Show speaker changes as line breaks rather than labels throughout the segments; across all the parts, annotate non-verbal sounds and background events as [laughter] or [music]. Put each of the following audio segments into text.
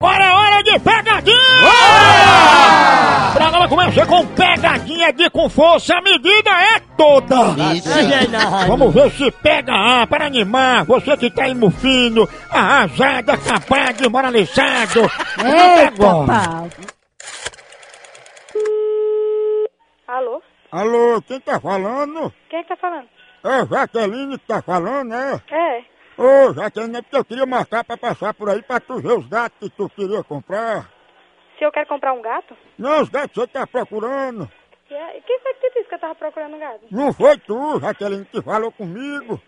Agora é hora de pegadinha! O programa começa com pegadinha de com força, a medida é toda! Vamos ver se pega A para animar você que tá aí mufino, arrasado, acabado, desmoralizado.
Eita,
Agora.
pau!
Alô?
Alô, quem tá falando?
Quem tá falando?
É Jaqueline que tá falando, é?
É.
Ô, Jaqueline, é porque eu queria marcar pra passar por aí pra tu ver os gatos que tu queria comprar.
Se eu quero comprar um gato?
Não, os gatos que você tá procurando.
E aí, Quem foi que te disse que eu tava procurando um gato?
Não foi tu, Jaqueline, que falou comigo.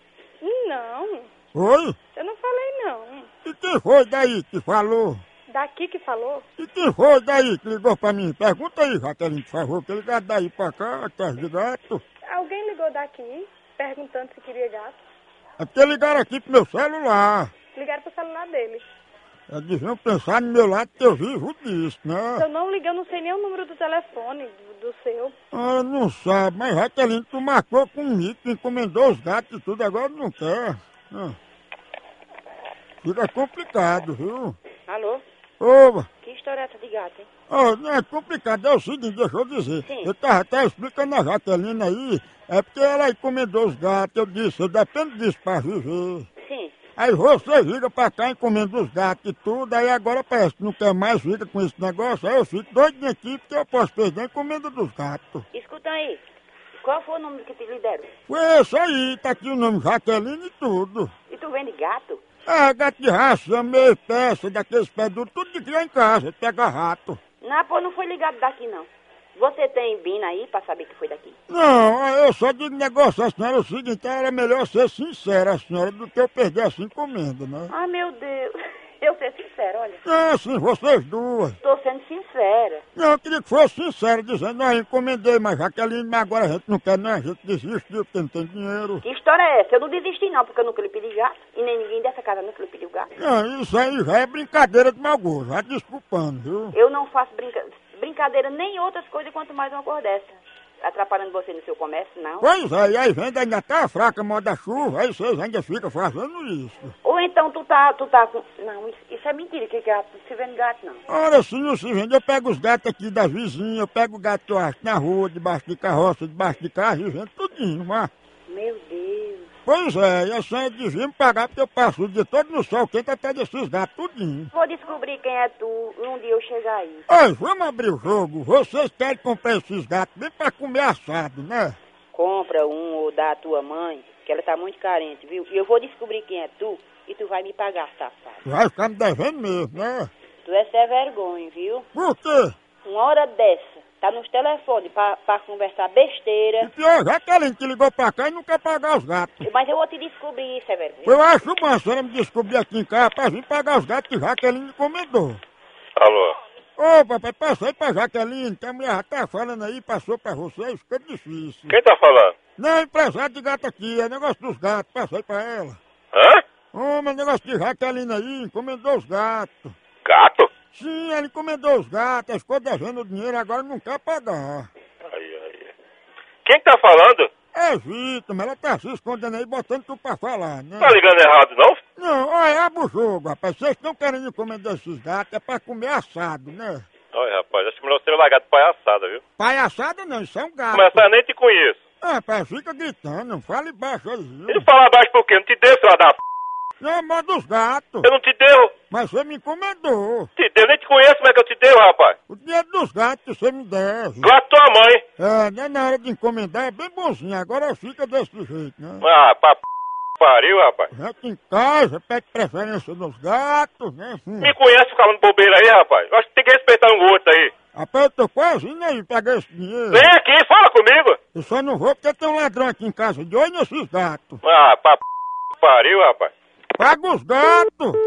Não.
Oi?
Eu não falei, não.
E quem foi daí que falou?
Daqui que falou?
E quem foi daí que ligou pra mim? Pergunta aí, Jaqueline, por favor, que ligado daí pra cá, que é de gato.
Alguém ligou daqui perguntando se queria gato.
É porque ligaram aqui pro meu celular.
Ligaram pro celular dele.
É, Deviam pensar no meu lado que eu vivo disso,
Se eu
né?
não liguei, eu não sei nem o número do telefone do, do seu.
Ah, não sabe, mas Jaqueline, tu marcou comigo, tu encomendou os gatos e tudo, agora não quer. Ah. Fica complicado, viu?
Alô?
Ô,
Que história é essa de gato, hein?
Ó, não é complicado, é o seguinte, deixa eu dizer.
Sim.
Eu tava até explicando a Jaqueline aí, é porque ela encomendou os gatos, eu disse, eu dependo disso pra viver.
Sim.
Aí você liga pra cá, encomenda os gatos e tudo, aí agora parece que não quer mais vida com esse negócio, aí eu fico doidinho aqui porque eu posso perder a encomenda dos gatos.
Escuta aí. Qual foi o número que te deram?
Foi isso aí, tá aqui o nome Jaqueline e tudo.
E tu vende gato?
Ah, gato de raça, meio peça, daqueles pés duros, tudo de criar em casa, pega rato.
Não, pô, não foi ligado daqui, não. Você tem Bina aí pra saber que foi daqui?
Não, eu só digo negócio, a senhora, é o seguinte, então era melhor ser sincera, a senhora, do que eu perder essa encomenda, né?
Ah, meu Deus. [laughs] Eu ser sincera, olha.
Não, sim, vocês duas.
Tô sendo sincera.
Não, eu queria que fosse sincera, dizendo, não, eu encomendei, mas Jaqueline, mas agora a gente não quer, não, a gente desistiu porque não tem dinheiro.
Que história é essa? Eu não desisti não, porque eu nunca lhe pedi gato. E nem ninguém dessa casa nunca lhe pediu gato.
Não, isso aí já é brincadeira de mau gosto, já desculpando, viu?
Eu não faço brinca... brincadeira nem outras coisas, quanto mais uma cor dessa. Tá Atrapalhando você no seu comércio, não.
Pois é, e aí venda ainda tá fraca, moda chuva, aí vocês ainda ficam fazendo isso.
Ou então tu tá, tu tá com... Não, isso, isso é mentira, que gato, não se vende gato, não.
Ora, se não se vende, eu pego os gatos aqui da vizinha, eu pego o gato que eu acho na rua, debaixo de carroça, debaixo de carro, e vendo tudinho, mas...
Meu Deus.
Pois é, e a senhora devia me pagar porque eu passo o dia todo no sol quente até desses gatos, tudinho.
Vou descobrir quem é tu e um dia eu chegar aí.
Olha, vamos abrir o jogo. Vocês querem comprar esses gatos bem pra comer assado, né?
Compra um ou dá a tua mãe, que ela tá muito carente, viu? E eu vou descobrir quem é tu e tu vai me pagar, safado.
Vai ficar me devendo mesmo, né?
Tu é sem vergonha, viu?
Por quê?
Uma hora dessa, tá nos telefones pra, pra conversar
E [laughs]
besteira.
pior, já que a que ligou pra cá e não quer pagar os gatos.
Mas eu vou te descobrir isso, é vergonha.
Eu acho bom a senhora me descobrir aqui em casa pra vir pagar os gatos que Jaqueline encomendou.
Alô?
Ô, papai, passa aí pra Jaqueline, que a mulher já tá falando aí, passou pra vocês, fica difícil.
Quem tá falando?
Não, empresário de gato aqui, é negócio dos gatos, passa aí pra ela.
Hã?
Ô, mas negócio de Jaqueline aí, encomendou os gatos.
Gato?
Sim, ele encomendou os gatos, ficou devendo o dinheiro, agora não quer pagar.
Aí, aí. Quem tá falando?
É vítima, ela tá se escondendo aí, botando tu pra falar, né?
Tá ligando errado, não?
Não, olha, abre o jogo, rapaz. Vocês estão querendo encomendar esses gatos, é pra comer assado, né?
Olha, rapaz, acho melhor ser largado palhaçada, viu?
Palhaçada não, isso é um gato.
Começar nem te conheço.
Ah, rapaz, fica gritando, não fale baixo aí. viu?
E falar baixo por quê? Não te devo, seu da p...
Não é modo dos gatos,
Eu não te devo.
mas você me encomendou.
Te devo, nem te conheço, como é que eu te devo, rapaz?
O dinheiro dos gatos você me deve.
Gato tua mãe.
É, né, na hora de encomendar é bem bonzinho, agora fica desse jeito, né?
Ah, pra p... pariu, rapaz.
Já que em casa, pede preferência nos gatos, né? Hum.
Me conhece falando bobeira aí, rapaz? Eu acho que tem que respeitar um outro aí.
Rapaz, eu tô quase indo aí pegar esse dinheiro.
Vem aqui, fala comigo.
Eu só não vou porque tem um ladrão aqui em casa de olho nesses gatos.
Ah, pra p... pariu, rapaz.
Paga os gatos!